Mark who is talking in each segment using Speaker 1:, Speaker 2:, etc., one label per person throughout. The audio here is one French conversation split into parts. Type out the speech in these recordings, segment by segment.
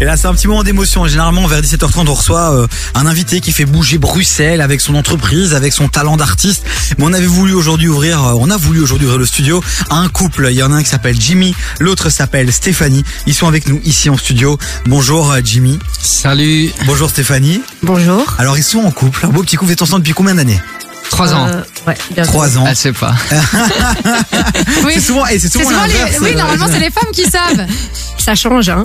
Speaker 1: Et là, c'est un petit moment d'émotion. Généralement, vers 17h30, on reçoit euh, un invité qui fait bouger Bruxelles avec son entreprise, avec son talent d'artiste. Mais on avait voulu aujourd'hui ouvrir, euh, on a voulu aujourd'hui ouvrir le studio à un couple. Il y en a un qui s'appelle Jimmy, l'autre s'appelle Stéphanie. Ils sont avec nous ici en studio. Bonjour euh, Jimmy.
Speaker 2: Salut,
Speaker 1: Bonjour Stéphanie.
Speaker 3: Bonjour.
Speaker 1: Alors, ils sont en couple. Un beau petit couple. Vous êtes ensemble depuis combien d'années
Speaker 2: trois ans.
Speaker 3: Euh, ouais, bien sûr.
Speaker 1: Trois ans.
Speaker 2: Elle sait pas.
Speaker 1: C'est souvent, et c'est
Speaker 4: C'est
Speaker 1: souvent,
Speaker 4: souvent les-
Speaker 1: l'inverse,
Speaker 4: Oui,
Speaker 1: euh,
Speaker 4: normalement, c'est les femmes qui savent.
Speaker 3: Ça change, hein.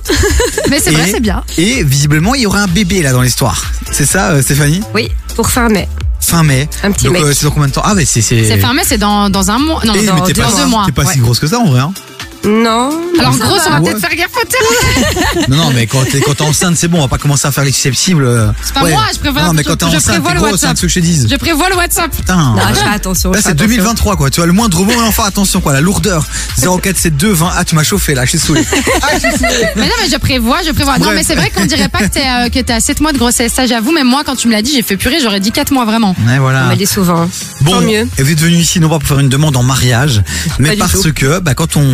Speaker 4: Mais c'est vrai, c'est bien.
Speaker 1: Et visiblement, il y aura un bébé là dans l'histoire. C'est ça, euh, Stéphanie
Speaker 3: Oui, pour fin mai.
Speaker 1: Fin mai.
Speaker 3: Un petit
Speaker 1: Donc,
Speaker 3: mec.
Speaker 1: euh, c'est dans combien de temps Ah, mais c'est.
Speaker 4: C'est fermé, c'est dans, dans un mois. Non,
Speaker 1: Eh,
Speaker 4: dans,
Speaker 1: mais t'es
Speaker 4: dans
Speaker 1: pas,
Speaker 4: deux mois.
Speaker 1: T'es pas si grosse que ça en vrai. Hein
Speaker 3: Non.
Speaker 4: Alors, en gros, on va
Speaker 1: Ouais.
Speaker 4: peut-être faire gaffe au terme.
Speaker 1: non, non, mais quand t'es quand t'es enceinte, c'est bon, on va pas commencer à faire l'susceptible. euh,
Speaker 4: C'est pas moi, je prévois-
Speaker 1: Non, mais quand
Speaker 4: je-
Speaker 1: t'es
Speaker 4: je
Speaker 1: enceinte,
Speaker 4: prévois
Speaker 1: t'es
Speaker 4: le
Speaker 1: grosse,
Speaker 4: WhatsApp.
Speaker 1: c'est ce que je te dise.
Speaker 4: Je prévois le WhatsApp.
Speaker 1: Putain.
Speaker 3: Non,
Speaker 1: ouais.
Speaker 3: je fais attention.
Speaker 1: Là,
Speaker 3: je fais
Speaker 1: c'est
Speaker 3: attention.
Speaker 1: 2023, quoi. Tu vois, le moindre mot, enfin, attention, quoi. La lourdeur. 0472 20. Ah, tu m'as chauffé, là. Je suis saoulé. Ah, je suis saoulé.
Speaker 4: Mais non, mais je prévois, je prévois. Non,
Speaker 1: Bref.
Speaker 4: mais c'est vrai qu'on dirait pas que t'es euh, que t'es à 7 mois de grossesse. Ça, j'avoue, mais moi, quand tu me l'as dit, j'ai fait purée, j'aurais dit 4 mois vraiment.
Speaker 1: Ouais,
Speaker 3: On
Speaker 1: voilà.
Speaker 3: me dit souvent.
Speaker 1: Bon,
Speaker 3: Tant mieux.
Speaker 1: et vous êtes venu ici non pas pour faire une demande en mariage, mais
Speaker 3: du
Speaker 1: parce
Speaker 3: tout.
Speaker 1: que bah, quand on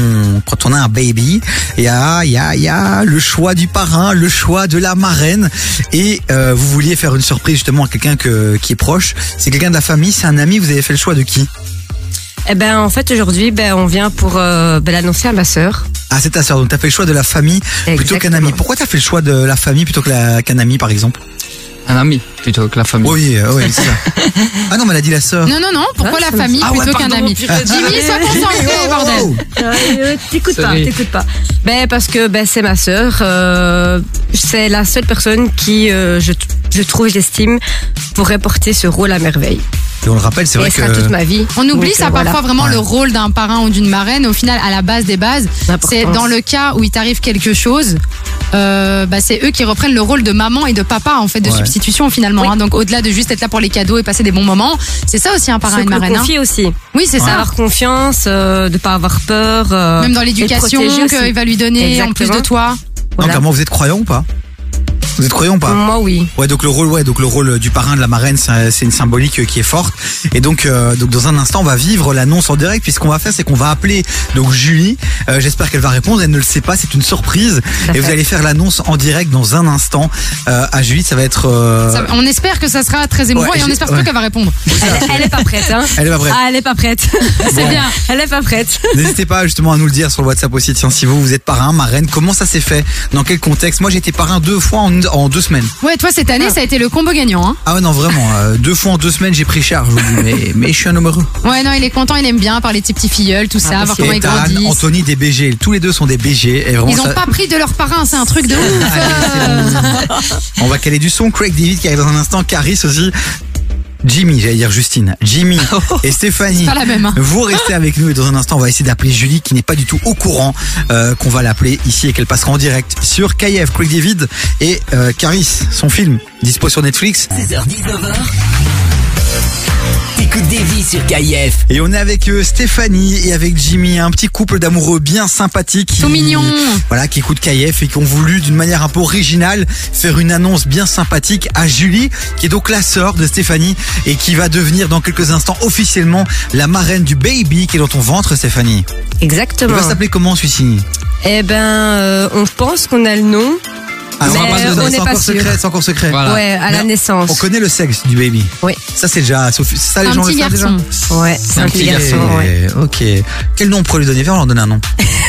Speaker 1: quand on a un baby, il y a il y a il y a le choix du parrain, le choix de la marraine, et euh, vous vouliez faire une surprise justement à quelqu'un que qui est proche. C'est quelqu'un de la famille, c'est un ami. Vous avez fait le choix de qui
Speaker 3: Eh ben, en fait, aujourd'hui, ben, on vient pour euh, ben, l'annoncer à ma sœur.
Speaker 1: Ah, c'est ta sœur. Donc t'as fait le choix de la famille plutôt qu'un ami.
Speaker 3: Exactement. Mm.
Speaker 1: Pourquoi t'as fait le choix de la famille plutôt que la- qu'un ami par exemple
Speaker 2: Un ami plutôt que la famille.
Speaker 1: Oui, euh, oui, c'est ça. ah non, mais elle a dit la sœur.
Speaker 4: Non, non, non, pourquoi
Speaker 3: Ah,
Speaker 4: la
Speaker 3: ça me-
Speaker 4: famille
Speaker 2: Ah ouais,
Speaker 4: plutôt qu'un
Speaker 2: pardon,
Speaker 4: ami
Speaker 2: purée.
Speaker 4: Jimmy, sois concentré, bordel.
Speaker 1: Oh,
Speaker 3: Euh, T'écoutes pas,
Speaker 2: Sorry.
Speaker 3: t'écoutes pas. Ben, parce que ben, c'est ma sœur. euh, c'est la seule personne qui, euh, je, t- je trouve, j'estime, pourrait porter ce rôle à merveille.
Speaker 1: Et on le rappelle, c'est
Speaker 3: Et
Speaker 1: vrai
Speaker 3: elle
Speaker 1: que
Speaker 3: sera toute ma vie.
Speaker 4: On oublie
Speaker 3: Donc,
Speaker 4: ça
Speaker 3: euh, voilà.
Speaker 4: parfois vraiment
Speaker 1: Voilà.
Speaker 4: le rôle d'un parrain ou d'une marraine. Au final, à la base des bases,
Speaker 3: L'importance.
Speaker 4: c'est dans le cas où il t'arrive quelque chose, euh, bah, c'est eux qui reprennent le rôle de maman et de papa en fait de
Speaker 1: Ouais.
Speaker 4: substitution finalement. hein. Donc au-delà de juste être là pour les cadeaux et passer des bons moments, c'est ça aussi un parrain
Speaker 3: Se
Speaker 4: et une
Speaker 3: le
Speaker 4: marraine. hein.
Speaker 3: confier aussi.
Speaker 4: Oui, c'est ça.
Speaker 3: Avoir confiance, euh, de pas avoir peur. euh,
Speaker 4: Même dans
Speaker 3: et de
Speaker 4: l'éducation
Speaker 3: protéger aussi.
Speaker 4: qu'il va lui donner en plus de
Speaker 3: Exactement.
Speaker 4: toi.
Speaker 1: Non,
Speaker 3: Voilà.
Speaker 1: clairement, vous êtes croyant ou pas Vous êtes croyant ou pas
Speaker 3: Moi, oui.
Speaker 1: Ouais, donc le rôle, ouais, donc le rôle du parrain de la marraine, c'est c'est une symbolique euh, qui est forte. Et donc, euh, donc dans un instant, on va vivre l'annonce en direct. Puisqu'on va faire, c'est qu'on va appeler donc Julie. Euh, J'espère qu'elle va répondre. Elle ne le sait pas. C'est une surprise. Et vous
Speaker 3: fait.
Speaker 1: allez faire l'annonce en direct dans un instant euh, à Julie. Ça va être. euh,
Speaker 4: Ça- on espère que ça sera très émouvant
Speaker 1: Ouais,
Speaker 4: et on
Speaker 1: j'ai-
Speaker 4: espère surtout
Speaker 1: ouais.
Speaker 4: qu'elle va répondre.
Speaker 3: Elle, elle est pas prête, hein.
Speaker 1: Elle est pas prête.
Speaker 3: Ah, elle est pas prête.
Speaker 1: Bon.
Speaker 3: C'est bien. Elle est pas prête.
Speaker 1: N'hésitez pas justement à nous le dire sur le WhatsApp aussi. Tiens, si vous vous êtes parrain, marraine, comment ça s'est fait Dans quel contexte Moi, j'ai été parrain deux fois en, en deux semaines.
Speaker 4: Ouais, toi cette
Speaker 3: Ah.
Speaker 4: année, ça a été le combo gagnant. hein.
Speaker 1: Ah ouais, non, vraiment. euh, deux fois en deux semaines, j'ai pris charge. aujourd'hui, Mais, mais je suis un homme heureux.
Speaker 4: Ouais, non, il est content, il aime bien parler de ses petits filleuls, tout ça,
Speaker 3: bah,
Speaker 4: voir
Speaker 3: c'est
Speaker 4: comment ils
Speaker 1: Ethan,
Speaker 4: grandissent.
Speaker 1: Anthony, des BG. Tous les deux sont des BG. Et vraiment,
Speaker 4: Ils
Speaker 1: ça- Ah,
Speaker 4: ont pas pris de leur parrain, c'est un truc de ouf.
Speaker 1: Allez, c'est bon. On va caler du son. Craig David qui arrive dans un instant. Caris aussi. Jimmy, j'allais dire Justine. Jimmy et Stéphanie.
Speaker 4: Oh, Pas la même. hein.
Speaker 1: Vous restez avec nous et dans un instant, on va essayer d'appeler Julie qui n'est pas du tout au courant euh, qu'on va l'appeler ici et qu'elle passera en direct sur KF, Craig David et euh, Caris, son film, dispo sur Netflix.
Speaker 5: 16h19h. Écoute des vies sur KIF.
Speaker 1: Et on est avec euh, Stéphanie et avec Jimmy, un petit couple d'amoureux bien sympathique. qui-
Speaker 4: Tout mignon.
Speaker 1: Voilà, qui écoute KF et qui ont voulu d'une manière un peu originale faire une annonce bien sympathique à Julie, qui est donc la sœur de Stéphanie et qui va devenir dans quelques instants officiellement la marraine du baby qui est dans ton ventre, Stéphanie. Il
Speaker 3: Exactement.
Speaker 1: va s'appeler comment celui-ci
Speaker 3: Eh ben, euh, on pense qu'on a le nom.
Speaker 1: Ah,
Speaker 3: Mais
Speaker 1: le
Speaker 3: Ben, on
Speaker 1: donner,
Speaker 3: n'est
Speaker 1: c'est
Speaker 3: pas
Speaker 1: encore
Speaker 3: sûr.
Speaker 1: secret, c'est encore secret.
Speaker 2: Voilà.
Speaker 3: Ouais, à la
Speaker 1: Mais
Speaker 3: naissance.
Speaker 1: On connaît le sexe du baby.
Speaker 3: Oui.
Speaker 1: Ça c'est déjà ça les
Speaker 4: Un
Speaker 1: gens le
Speaker 4: petit
Speaker 1: savent déjà.
Speaker 4: garçon.
Speaker 3: Ouais, c'est un petit garçon. ouais.
Speaker 1: Ok. Quel nom on pourrait lui donner Viens, on leur donne un nom.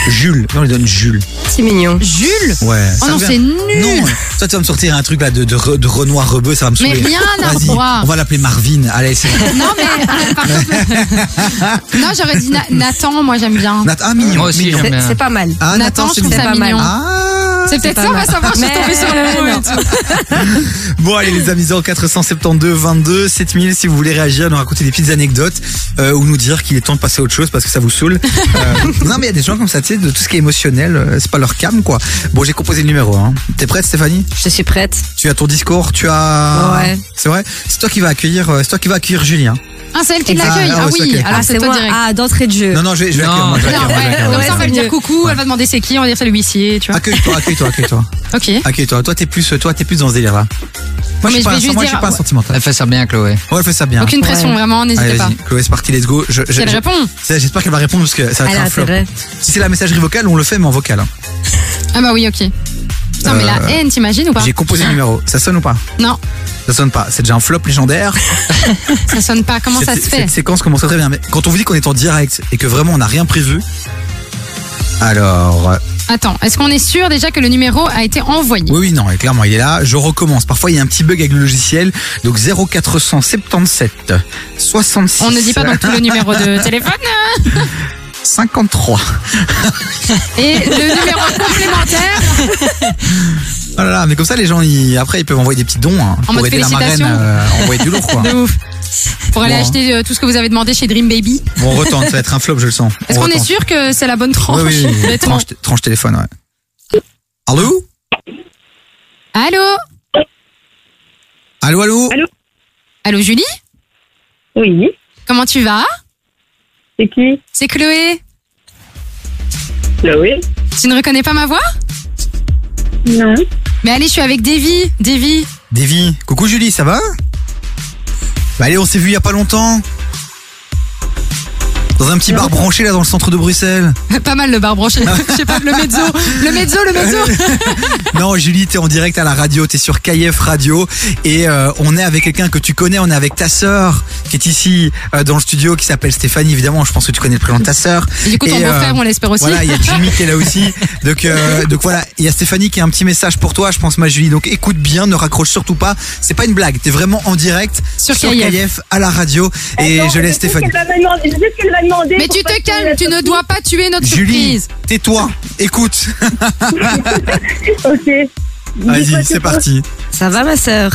Speaker 1: Jules. Viens, on lui donne Jules.
Speaker 3: C'est mignon.
Speaker 4: Jules
Speaker 1: Ouais.
Speaker 4: Oh
Speaker 1: Ça
Speaker 4: non,
Speaker 1: vient-
Speaker 4: c'est nul
Speaker 1: Non, toi tu vas me sortir un truc là de, de, re- de Renoir Rebeu, ça va me
Speaker 4: Mais
Speaker 1: saouler.
Speaker 4: rien à
Speaker 1: Vas-y,
Speaker 4: voir.
Speaker 1: on va l'appeler Marvin. Allez, c'est
Speaker 4: Non, mais euh, par contre- Non, j'aurais dit Na- Nathan, moi j'aime bien.
Speaker 1: Nat- Ah, mignon.
Speaker 2: Moi aussi,
Speaker 1: mignon.
Speaker 2: j'aime.
Speaker 3: C'est c'est pas mal.
Speaker 1: Ah,
Speaker 4: Nathan,
Speaker 1: Nathan,
Speaker 4: je
Speaker 1: c'est
Speaker 4: trouve
Speaker 1: mignon.
Speaker 3: C'est
Speaker 4: ça
Speaker 3: pas mal.
Speaker 4: mignon.
Speaker 1: Ah.
Speaker 4: C'est peut-être
Speaker 3: pas
Speaker 4: ça, on va
Speaker 3: mal.
Speaker 4: savoir, je suis
Speaker 3: Mais-
Speaker 4: tombée sur le mot et tout.
Speaker 1: Bon, allez, les amis, 0472 22 7000, si vous voulez réagir, nous raconter des petites anecdotes euh, ou nous dire qu'il est temps de passer à autre chose parce que ça vous saoule. Euh, non, mais il y a des gens comme ça, tu sais, de tout ce qui est émotionnel, euh, c'est pas leur cam, quoi. Bon, j'ai composé le numéro. Hein. T'es prête, Stéphanie
Speaker 3: Je suis prête.
Speaker 1: Tu as ton discours Tu as.
Speaker 3: Ouais.
Speaker 1: C'est vrai C'est toi qui vas accueillir, euh, c'est toi qui vas accueillir Julien.
Speaker 4: Ah, c'est elle qui l'accueille.
Speaker 1: Ah,
Speaker 4: Ah
Speaker 1: ouais, c'est
Speaker 4: oui,
Speaker 1: ok.
Speaker 4: alors c'est toi
Speaker 3: moi.
Speaker 4: direct.
Speaker 3: Ah, d'entrée de jeu.
Speaker 1: Non, non, je vais, je vais
Speaker 2: Non.
Speaker 1: accueillir. moi, je vais
Speaker 4: Euh, Non,
Speaker 1: accueillir, moi, je vais
Speaker 4: ouais,
Speaker 1: accueillir.
Speaker 4: Comme
Speaker 3: ouais,
Speaker 4: ça, on va
Speaker 3: c'est
Speaker 4: lui dire
Speaker 3: mieux.
Speaker 4: coucou, elle va demander c'est qui, on va dire c'est l'huissier, tu vois.
Speaker 1: Accueille-toi, accueille-toi, accueille-toi.
Speaker 4: Ok.
Speaker 1: Accueille-toi. Toi, t'es plus, euh, toi, t'es plus dans ce délire là. Moi,
Speaker 4: mais
Speaker 1: je suis
Speaker 4: je
Speaker 1: pas,
Speaker 4: vais
Speaker 1: un-
Speaker 4: juste
Speaker 1: moi, je suis
Speaker 4: dire-
Speaker 1: pas un sentimental.
Speaker 2: Elle fait ça bien, Chloé.
Speaker 1: Ouais, elle fait ça bien.
Speaker 4: Aucune pression, vraiment, n'hésitez
Speaker 1: Allez,
Speaker 4: pas.
Speaker 1: vas-y. Chloé, c'est parti, let's go. Je, je-
Speaker 4: Qu'elle
Speaker 1: je-
Speaker 4: répond.
Speaker 1: c'est- J'espère qu'elle va répondre parce que ça va
Speaker 3: Elle
Speaker 1: être
Speaker 3: a
Speaker 1: un flop.
Speaker 3: intérêt.
Speaker 1: Si c'est la messagerie vocale, on le fait, mais en vocal. hein.
Speaker 4: Ah bah oui, ok. Putain, mais la
Speaker 1: Euh,
Speaker 4: haine, t'imagines ou pas
Speaker 1: J'ai composé le numéro. Ça sonne ou pas
Speaker 4: Non,
Speaker 1: Ça sonne pas. C'est déjà un flop légendaire.
Speaker 4: ça sonne pas. Comment ça
Speaker 1: Cette-
Speaker 4: se fait
Speaker 1: Cette séquence commence très bien. Mais quand on vous dit qu'on est en direct et que vraiment on n'a rien prévu. Alors, euh,
Speaker 4: Attends, est-ce qu'on est sûr déjà que le numéro a été envoyé
Speaker 1: oui, oui, non, et clairement, il est là. Je recommence. Parfois, il y a un petit bug avec le logiciel. Donc, 0477 66
Speaker 4: On ne dit pas donc tout le numéro de téléphone
Speaker 1: 53.
Speaker 4: et le numéro complémentaire.
Speaker 1: Oh là là, mais comme ça, les gens, ils- après, ils peuvent envoyer des petits dons hein, pour
Speaker 4: mode
Speaker 1: aider la marraine
Speaker 4: félicitations.
Speaker 1: euh, à envoyer du lourd, quoi.
Speaker 4: De ouf. Pour aller
Speaker 1: Bon.
Speaker 4: acheter euh, tout ce que vous avez demandé chez Dream Baby.
Speaker 1: Bon, on retente, ça va être un flop, je le sens.
Speaker 4: Est-ce
Speaker 1: On
Speaker 4: qu'on est
Speaker 1: retente.
Speaker 4: sûr que c'est la bonne tranche
Speaker 1: Oui, oui, oui.
Speaker 4: Honnêtement.
Speaker 1: Tranche, tranche téléphone, ouais. Allô
Speaker 4: Allô
Speaker 1: Allô, allô
Speaker 4: Allô Julie
Speaker 6: Oui,
Speaker 4: Comment tu vas
Speaker 6: c'est qui
Speaker 4: C'est Chloé.
Speaker 6: Chloé
Speaker 4: Tu ne reconnais pas ma voix
Speaker 6: Non.
Speaker 4: Mais allez, je suis avec Davy. Davy.
Speaker 1: Davy, coucou Julie, ça va Bah allez, on s'est vu il y a pas longtemps. Dans un petit bar branché là dans le centre de Bruxelles.
Speaker 4: Pas mal le bar branché. je sais pas, le mezzo. Le mezzo, le
Speaker 1: Euh,
Speaker 4: mezzo.
Speaker 1: Non, Julie, t'es en direct à la radio, t'es sur KF Radio et euh, on est avec quelqu'un que tu connais, on est avec ta sœur qui est ici euh, dans le studio qui s'appelle Stéphanie évidemment, je pense que tu connais le prénom de ta sœur.
Speaker 4: Et du coup, ton
Speaker 1: Et, euh,
Speaker 4: beau-frère, on l'espère aussi.
Speaker 1: Voilà, il y a Jimmy qui est là aussi. Donc, euh, donc voilà, il y a Stéphanie qui a un petit message pour toi, je pense, ma Julie. Donc écoute bien, ne raccroche surtout pas. C'est pas une blague, t'es vraiment en direct
Speaker 4: Sur KF.
Speaker 1: KF à la radio. Et
Speaker 6: Attends,
Speaker 1: je laisse
Speaker 6: sais ce
Speaker 1: Stéphanie.
Speaker 6: qu'elle va me demander, Je sais ce qu'elle va demander.
Speaker 4: Mais
Speaker 6: pour
Speaker 4: tu te
Speaker 6: passer
Speaker 4: calmes,
Speaker 6: la
Speaker 4: tu ne dois pas tuer notre
Speaker 1: Julie,
Speaker 4: surprise.
Speaker 1: tais-toi, écoute.
Speaker 6: sortie. Ok. Dis-toi
Speaker 1: Vas-y,
Speaker 6: que
Speaker 1: c'est parti.
Speaker 3: Ça va, ma sœur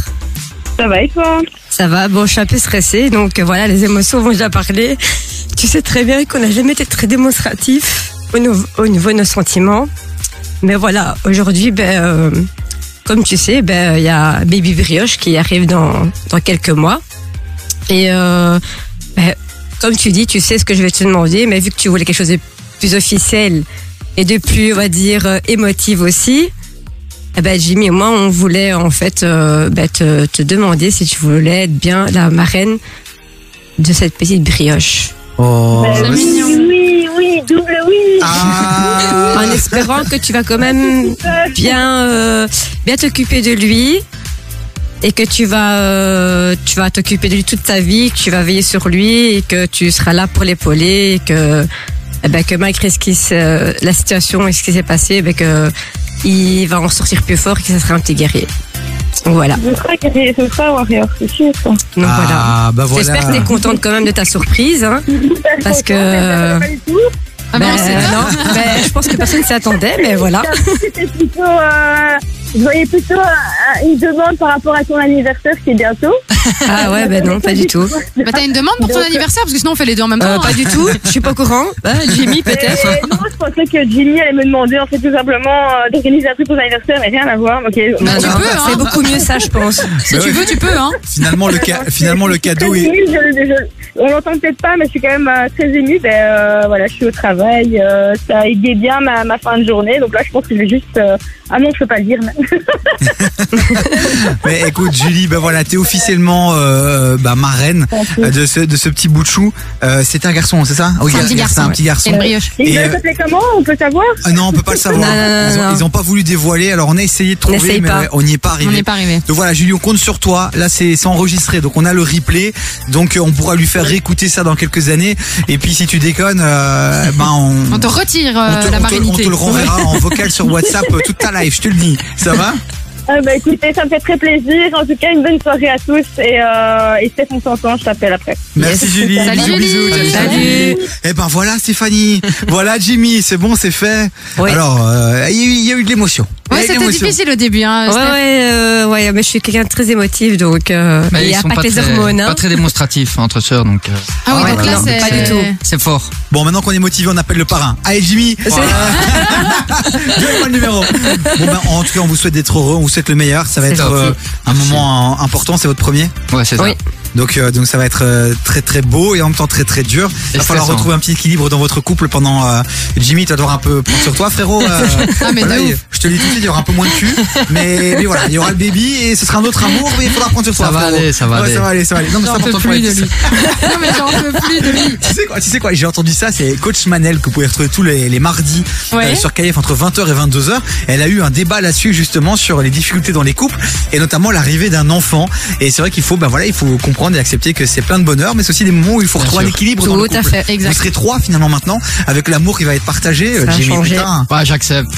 Speaker 6: Ça va et toi
Speaker 3: Ça va, bon, je suis un peu stressée, donc euh, voilà, les émotions vont déjà parler. Tu sais très bien qu'on n'a jamais été très démonstratif au, nou- au niveau de nos sentiments. Mais voilà, aujourd'hui, ben, euh, comme tu sais, ben, il y a Baby Brioche qui arrive dans, dans quelques mois. Et euh, ben, comme tu dis, tu sais ce que je vais te demander, mais vu que tu voulais quelque chose de plus officiel et de plus, on va dire, euh, émotive aussi, eh ben, Jimmy et moi, on voulait en fait euh, ben, te, te demander si tu voulais être bien la marraine de cette petite brioche.
Speaker 1: Oh, Ah.
Speaker 6: Bah
Speaker 1: bah,
Speaker 6: oui, oui, oui, double oui.
Speaker 1: ah,
Speaker 3: En espérant que tu vas quand même bien, euh, bien t'occuper de lui et que tu vas, euh, tu vas t'occuper de lui toute ta vie, que tu vas veiller sur lui et que tu seras là pour l'épauler et que, eh ben, que malgré ce qui se- la situation et ce qui s'est passé, eh ben, que il va en sortir plus fort et que ce sera un petit guerrier. Voilà.
Speaker 6: Je crois que c'est- ce sera Warrior, c'est sûr. quoi.
Speaker 3: Donc voilà.
Speaker 1: ah, bah voilà.
Speaker 3: J'espère que t'es contente quand même de ta surprise. hein. Parce que-
Speaker 6: Mais ça va pas du tout.
Speaker 4: Ah
Speaker 3: Ben,
Speaker 4: bon,
Speaker 1: Bah,
Speaker 4: c'est
Speaker 3: non, ben, je pense que personne s'y attendait, mais eh, voilà.
Speaker 6: C'était plutôt. euh, Je voyais plutôt euh, une demande par rapport à ton anniversaire qui est bientôt.
Speaker 3: Ah ouais, ben non, pas du tout.
Speaker 4: Bah, t'as une demande pour ton
Speaker 6: Donc, euh,
Speaker 4: anniversaire parce que sinon on fait les deux en même
Speaker 3: Euh,
Speaker 4: temps. hein.
Speaker 3: pas du tout, je suis pas au courant. Bah, Jimmy peut-être.
Speaker 6: Mais Non, je pensais que Jimmy allait me demander en fait tout simplement euh, d'organiser un truc pour ton anniversaire, mais rien à voir. Ok.
Speaker 3: Non,
Speaker 4: tu
Speaker 3: non,
Speaker 4: peux, hein.
Speaker 3: C'est beaucoup mieux ça, je pense.
Speaker 4: Si
Speaker 1: Bah
Speaker 4: tu
Speaker 1: ouais.
Speaker 4: veux, tu peux, hein.
Speaker 1: Finalement, le, ca- finalement, le cadeau
Speaker 6: Très
Speaker 1: est.
Speaker 6: émue, je- je- on l'entend peut-être pas, mais je suis quand même euh, très émue. Ben, euh, voilà, je suis au travail, euh, ça aidait bien ma, ma fin de journée. Donc là, je pense que je vais juste. euh, Ah non, je peux pas le dire. mais-
Speaker 1: Mais écoute, Julie, bah voilà, t'es officiellement euh, bah, marraine de ce, de ce petit bout de chou. Euh, c'est un garçon, c'est ça Oui,
Speaker 4: C'est un petit
Speaker 1: C'est un
Speaker 4: garçon,
Speaker 1: petit garçon.
Speaker 4: C'est une brioche.
Speaker 6: Il
Speaker 1: euh,
Speaker 6: veut s'appeler comment On peut savoir
Speaker 1: Ah non, on peut pas le savoir.
Speaker 3: Non, non, non,
Speaker 1: ils, ont,
Speaker 3: non.
Speaker 1: ils ont pas voulu dévoiler, alors on a essayé de trouver,
Speaker 3: N'essaye
Speaker 1: mais
Speaker 3: pas.
Speaker 1: ouais, on n'y est pas
Speaker 4: On
Speaker 1: arrivé.
Speaker 4: n'est pas arrivé.
Speaker 1: Donc voilà, Julie, on compte sur toi. Là, c'est c'est enregistré, donc on a le replay. Donc euh, on pourra lui faire réécouter ça dans quelques années. Et puis si tu déconnes, euh, ben on,
Speaker 4: On te retire
Speaker 1: on
Speaker 4: euh,
Speaker 1: te-
Speaker 4: la
Speaker 1: on te- on
Speaker 4: marinité.
Speaker 1: te le renverra en vocal sur WhatsApp euh, toute ta live. Je te le dis. Ça va
Speaker 6: Ah, ben, Écoutez, ça me fait très plaisir. En tout cas, une bonne soirée à tous. Et, euh, et Steph, on s'entend, je t'appelle après.
Speaker 1: Merci Julie.
Speaker 4: Salut,
Speaker 1: bisous,
Speaker 4: Julie.
Speaker 1: bisous. Ciao, ciao.
Speaker 3: Salut.
Speaker 1: Eh ben voilà Stéphanie. voilà Jimmy. C'est bon, c'est fait.
Speaker 3: Oui.
Speaker 1: Alors, euh, il y a eu- il y a eu de l'émotion. Il y a
Speaker 4: Ouais,
Speaker 1: eu de
Speaker 4: c'était
Speaker 1: l'émotion.
Speaker 4: difficile au début, hein.
Speaker 3: Ouais, ouais,
Speaker 4: Steph.
Speaker 3: euh, ouais, mais je suis quelqu'un de très émotif, donc euh,
Speaker 2: Mais
Speaker 3: il
Speaker 2: Bah,
Speaker 3: n'y
Speaker 2: ils
Speaker 3: a
Speaker 2: sont
Speaker 3: pas que les
Speaker 2: très,
Speaker 3: hormones. hein.
Speaker 2: Pas très démonstratifs entre sœurs, donc euh,
Speaker 4: Ah oui,
Speaker 3: Ouais,
Speaker 4: donc là,
Speaker 3: non,
Speaker 4: c'est.
Speaker 3: pas du tout.
Speaker 2: c'est fort.
Speaker 1: Bon, maintenant qu'on est motivé, on appelle le parrain. Allez, Jimmy. Donnez-moi le numéro. Bon, ben, en tout cas, on vous souhaite d'être heureux. On vous souhaite le meilleur. Ça va
Speaker 3: C'est
Speaker 1: être
Speaker 2: gentil.
Speaker 1: euh, un moment euh, important. C'est votre premier.
Speaker 2: Ouais, c'est
Speaker 3: Oui.
Speaker 2: ça.
Speaker 1: Donc, euh, donc ça va être euh, très très beau et en même temps très très dur. Il va
Speaker 2: Et
Speaker 1: falloir
Speaker 4: hein.
Speaker 2: stressant.
Speaker 1: retrouver un petit équilibre dans votre couple pendant. euh, Jimmy, tu vas devoir un peu prendre sur toi, frérot. euh,
Speaker 4: Ah, mais de
Speaker 1: voilà,
Speaker 4: ouf.
Speaker 1: il- je te le dis tout de suite, il y aura un peu moins de cul, mais, mais voilà, il y aura le baby et ce sera un autre amour, mais il faudra prendre sur toi.
Speaker 2: Ça va
Speaker 1: frérot.
Speaker 2: aller, ça va
Speaker 1: Ouais,
Speaker 2: aller.
Speaker 1: ça va aller, ça va aller. Non, mais c'est
Speaker 4: J'en peux
Speaker 1: important pour
Speaker 4: plus
Speaker 1: les
Speaker 4: de
Speaker 1: petits-
Speaker 4: lui. Non, mais j'en peux plus de lui.
Speaker 1: tu sais quoi, tu sais quoi, j'ai entendu ça, c'est Coach Manel que vous pouvez retrouver tous les, les mardis
Speaker 4: Ouais.
Speaker 1: euh, sur KF entre 20h et 22h. Elle a eu un débat là-dessus justement sur les difficultés dans les couples et notamment l'arrivée d'un enfant. Et c'est vrai qu'il faut, ben voilà, il faut comprendre et accepter que c'est plein de bonheur, mais c'est aussi des moments où il faut
Speaker 2: Bien
Speaker 1: retrouver
Speaker 2: sûr.
Speaker 1: l'équilibre dans
Speaker 4: Tout
Speaker 1: le couple.
Speaker 4: à fait,
Speaker 1: Vous
Speaker 4: exact.
Speaker 1: serez trois finalement maintenant avec l'amour qui va être partagé.
Speaker 3: Ça
Speaker 1: euh,
Speaker 3: a
Speaker 1: Jimmy,
Speaker 3: changé.
Speaker 1: putain.
Speaker 2: Ouais, j'accepte.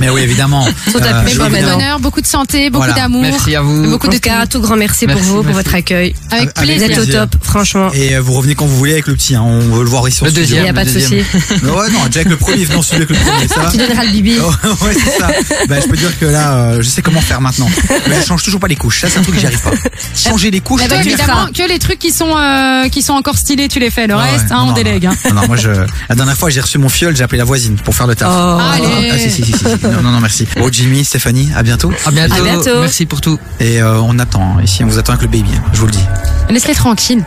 Speaker 1: Mais oui, évidemment. Euh,
Speaker 4: Mais beaucoup de
Speaker 1: évidemment.
Speaker 4: bonheur, beaucoup de santé, beaucoup
Speaker 1: Voilà.
Speaker 4: d'amour.
Speaker 2: Merci à vous.
Speaker 4: Beaucoup de
Speaker 3: En tout cas, un
Speaker 4: cas,
Speaker 3: tout grand merci,
Speaker 2: Merci,
Speaker 3: pour vous, pour
Speaker 2: merci.
Speaker 3: votre accueil.
Speaker 4: avec
Speaker 1: Avec
Speaker 3: Vous
Speaker 4: plaisir.
Speaker 3: êtes au
Speaker 1: plaisir.
Speaker 3: top, franchement.
Speaker 1: Et euh, vous revenez quand vous voulez avec le petit, hein. on veut le voir ici sur
Speaker 2: Le
Speaker 1: studio.
Speaker 3: Il n'y a
Speaker 2: deuxième,
Speaker 3: pas de souci.
Speaker 2: deuxième.
Speaker 1: Non, ouais, non, déjà avec le premier, non, celui avec le premier, ça va.
Speaker 4: Tu donneras le bibi.
Speaker 1: Oh, ouais, c'est ça. Bah, je peux dire que là, euh, je sais comment faire maintenant. Mais je change toujours pas les couches. Ça, c'est un truc que j'y arrive pas. Changer les couches,
Speaker 4: Mais
Speaker 1: je
Speaker 4: bah,
Speaker 1: peux dire-
Speaker 4: évidemment, que les trucs qui sont, euh, qui sont encore stylés, tu les fais. Le
Speaker 1: Ah ouais,
Speaker 4: reste, hein,
Speaker 1: non,
Speaker 4: on
Speaker 1: non,
Speaker 4: délègue.
Speaker 1: non.
Speaker 4: hein.
Speaker 1: Non, non, moi, je, la dernière fois, j'ai reçu mon fiole, j'ai appelé la voisine pour faire le taf.
Speaker 3: Oh.
Speaker 4: Allez.
Speaker 1: Ah, si, si, si, si, si. Non, non, non, merci. Bon, Jimmy, Stéphanie, à bientôt.
Speaker 2: À bientôt.
Speaker 3: À bientôt.
Speaker 2: Merci pour tout.
Speaker 1: Et euh, on attend. hein. Ici, on vous attend avec le baby. hein, Je vous le dis.
Speaker 4: Laisse-les tranquilles.